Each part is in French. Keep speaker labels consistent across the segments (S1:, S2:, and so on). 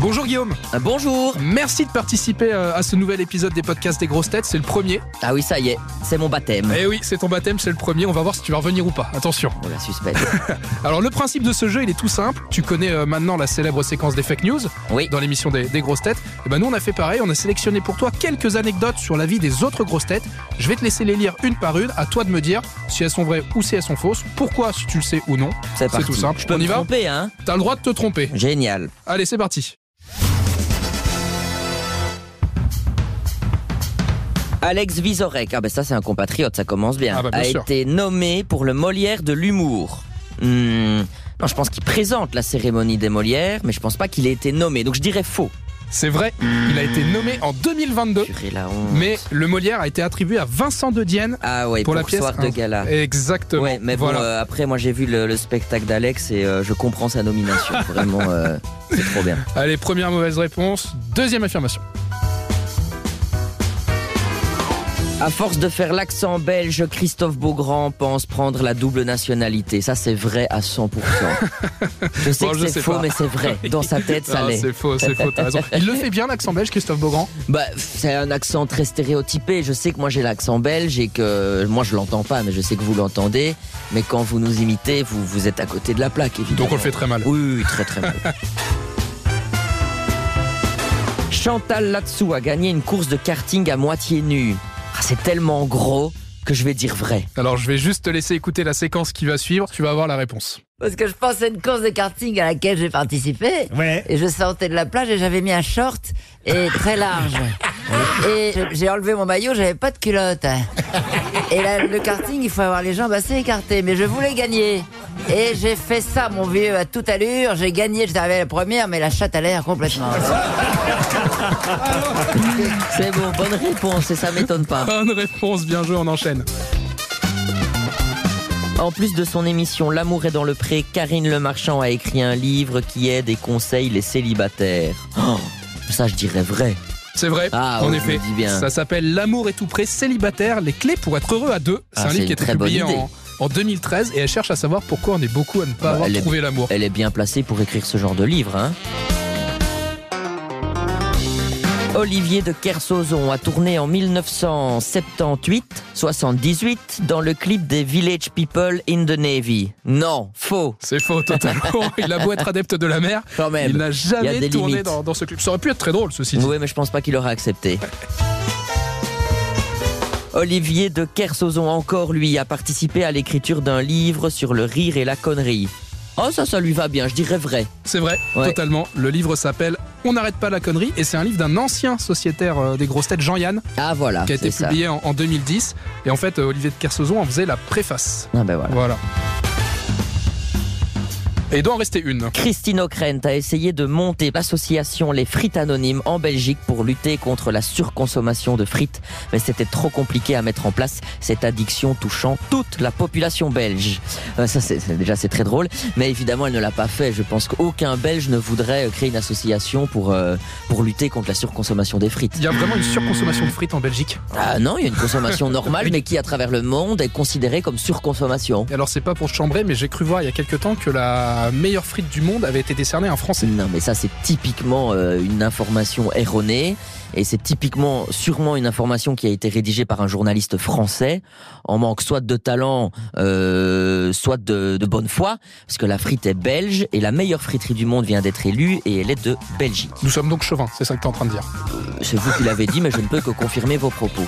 S1: Bonjour Guillaume,
S2: Bonjour
S1: merci de participer euh, à ce nouvel épisode des podcasts des grosses têtes, c'est le premier.
S2: Ah oui, ça y est, c'est mon baptême.
S1: Eh oui, c'est ton baptême, c'est le premier, on va voir si tu vas revenir ou pas, attention.
S2: On la suspecte.
S1: Alors le principe de ce jeu, il est tout simple, tu connais euh, maintenant la célèbre séquence des fake news
S2: Oui.
S1: dans l'émission des, des grosses têtes. Et ben nous on a fait pareil, on a sélectionné pour toi quelques anecdotes sur la vie des autres grosses têtes. Je vais te laisser les lire une par une, à toi de me dire si elles sont vraies ou si elles sont fausses, pourquoi si tu le sais ou non.
S2: C'est parti.
S1: tout simple.
S2: Je peux
S1: On y
S2: me
S1: va
S2: tromper, hein
S1: T'as le droit de te tromper.
S2: Génial.
S1: Allez, c'est parti.
S2: Alex Vizorek, ah ben ça c'est un compatriote, ça commence bien,
S1: Ah bah, bien
S2: a
S1: sûr.
S2: été nommé pour le Molière de l'humour. Hmm, Non, je pense qu'il présente la cérémonie des Molières, mais je pense pas qu'il ait été nommé, donc je dirais faux.
S1: C'est vrai, il a été nommé en 2022,
S2: Purée, la honte.
S1: Euh, mais le Molière a été attribué à Vincent de Dienne
S2: Ah ouais,
S1: pour
S2: pour,
S1: la pièce
S2: soir
S1: hein.
S2: de gala.
S1: Exactement.
S2: Ouais, mais bon,
S1: voilà.
S2: euh, après moi j'ai vu le, le spectacle d'Alex et euh, je comprends sa nomination, vraiment, euh, c'est trop bien.
S1: Allez, première mauvaise réponse. Deuxième affirmation.
S2: À force de faire l'accent belge, Christophe Beaugrand pense prendre la double nationalité. Ça, c'est vrai à 100%. je sais
S1: Bon,
S2: que
S1: je sais
S2: c'est faux,
S1: pas.
S2: mais c'est vrai. Dans sa tête, ça
S1: Ah,
S2: l'est.
S1: c'est faux, c'est faux, t'as raison. Il le fait bien, l'accent belge, Christophe Beaugrand.
S2: Bah, c'est un accent très stéréotypé. Je sais que moi, j'ai l'accent belge et que moi, je l'entends pas, mais je sais que vous l'entendez. Mais quand vous nous imitez, vous, vous êtes à côté de la plaque, évidemment.
S1: Donc on le fait très mal.
S2: Oui, oui, oui, très très mal. Chantal Latsou a gagné une course de karting à moitié nue. Ah, c'est tellement gros que je vais dire vrai.
S1: Alors je vais juste te laisser écouter la séquence qui va suivre, tu vas avoir la réponse.
S3: Parce que je pensais à une course de karting à laquelle j'ai participé.
S4: Ouais.
S3: Et je sortais de la plage et j'avais mis un short et très large. Et je- j'ai enlevé mon maillot, j'avais pas de culotte. Et là, le karting, il faut avoir les jambes assez écartées. Mais je voulais gagner. Et j'ai fait ça, mon vieux, à toute allure. J'ai gagné, j'étais arrivé à la première, mais la chatte à l'air complètement.
S2: C'est bon, bonne réponse et ça m'étonne pas.
S1: Bonne réponse, bien joué, on enchaîne.
S2: En plus de son émission L'amour est dans le pré, Karine Le Marchand a écrit un livre qui aide et conseille les célibataires. Oh, ça, je dirais vrai.
S1: C'est vrai,
S2: Ah,
S1: en
S2: on
S1: effet.
S2: le dit bien.
S1: Ça s'appelle L'amour est tout près, célibataire, les clés pour être heureux à deux. C'est
S2: Ah,
S1: un
S2: c'est
S1: livre qui a
S2: une
S1: été
S2: très bonne
S1: publié
S2: idée.
S1: en, en 2013 et elle cherche à savoir pourquoi on est beaucoup à ne pas
S2: Bah,
S1: avoir
S2: elle est-
S1: trouvé l'amour.
S2: Elle est bien placée pour écrire ce genre de livre, hein. Olivier de Kersauzon a tourné en 1978, 78 dans le clip des Village People in the Navy. Non, faux,
S1: C'est faux totalement. Il a beau être adepte de la mer,
S2: quand même.
S1: il n'a jamais
S2: des
S1: tourné
S2: limites.
S1: dans, dans ce clip. Ça aurait pu être très drôle ceci dit.
S2: Oui, mais je pense pas qu'il aura accepté. Olivier de Kersauzon encore, lui, a participé à l'écriture d'un livre sur le rire et la connerie. Oh, ça, ça lui va bien, je dirais vrai.
S1: C'est vrai,
S2: Ouais.
S1: totalement. Le livre s'appelle On n'arrête pas la connerie et c'est un livre d'un ancien sociétaire euh, des grosses têtes, Jean-Yann,
S2: Ah, voilà,
S1: qui a
S2: c'est
S1: été
S2: ça.
S1: publié en, en 2010. Et en fait, euh, Olivier de Kersauzon en faisait la préface.
S2: Ah ben voilà.
S1: Voilà. Et il doit en rester une.
S2: Christine O'Krent a essayé de monter l'association Les Frites Anonymes en Belgique pour lutter contre la surconsommation de frites, mais c'était trop compliqué à mettre en place, cette addiction touchant toute la population belge. Euh, ça, c'est c'est- déjà c'est très drôle, mais évidemment elle ne l'a pas fait. Je pense qu'aucun Belge ne voudrait euh, créer une association pour euh, pour lutter contre la surconsommation des frites.
S1: Il y a vraiment une surconsommation de frites en Belgique.
S2: Ah non, il y a une consommation normale, mais qui à travers le monde est considérée comme surconsommation.
S1: Et alors, c'est pas pour chambrer, mais j'ai cru voir il y a quelques temps que la meilleure frite du monde avait été décernée à un Français.
S2: Non, mais ça, c'est typiquement euh, une information erronée. Et c'est typiquement, sûrement, une information qui a été rédigée par un journaliste français, en manque soit de talent, euh, soit de, de bonne foi, parce que la frite est belge, et la meilleure friterie du monde vient d'être élue, et elle est de Belgique.
S1: Nous sommes donc chauvins, c'est ça que t'es en train de dire.
S2: C'est vous qui l'avez dit, mais je ne peux que confirmer vos propos.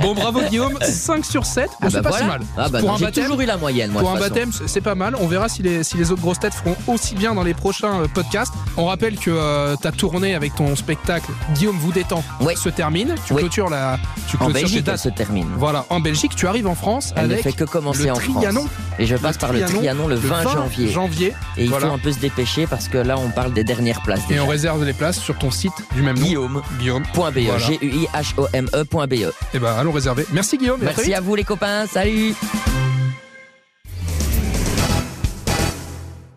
S1: Bon, bravo Guillaume, 5 sur 7, bon, Ah, c'est pas si mal.
S2: Ah bah
S1: Pour
S2: non,
S1: un
S2: j'ai
S1: baptême,
S2: toujours eu la moyenne, moi, hein.
S1: Pour
S2: de
S1: un
S2: toute façon.
S1: baptême, c'est c'est pas mal. On verra si les, si les autres grosses têtes feront aussi bien dans les prochains euh, podcasts. On rappelle que euh, ta tournée avec ton spectacle Guillaume vous détend
S2: Oui.
S1: se termine. Tu
S2: Oui.
S1: clôtures la. Tu
S2: En
S1: clôtures tes
S2: Belgique, elle
S1: dates.
S2: se termine.
S1: Voilà, en Belgique, tu arrives en France
S2: Elle ne
S1: avec
S2: fait que commencer
S1: le
S2: en
S1: Trianon.
S2: France. Et je passe par le
S1: Trianon,
S2: Trianon le
S1: le
S2: 20 janvier. Et il
S1: Voilà.
S2: faut un peu se dépêcher parce que là, on parle des dernières places.
S1: Et
S2: déjà.
S1: on réserve les places sur ton site du même nom.
S2: Guillaume.be.
S1: Guillaume.
S2: E,
S1: Voilà.
S2: G-U-I-H-O-M-E.be.
S1: Et ben allons réserver. Merci Guillaume. et à très vite.
S2: E. Merci à vous, les copains. Salut!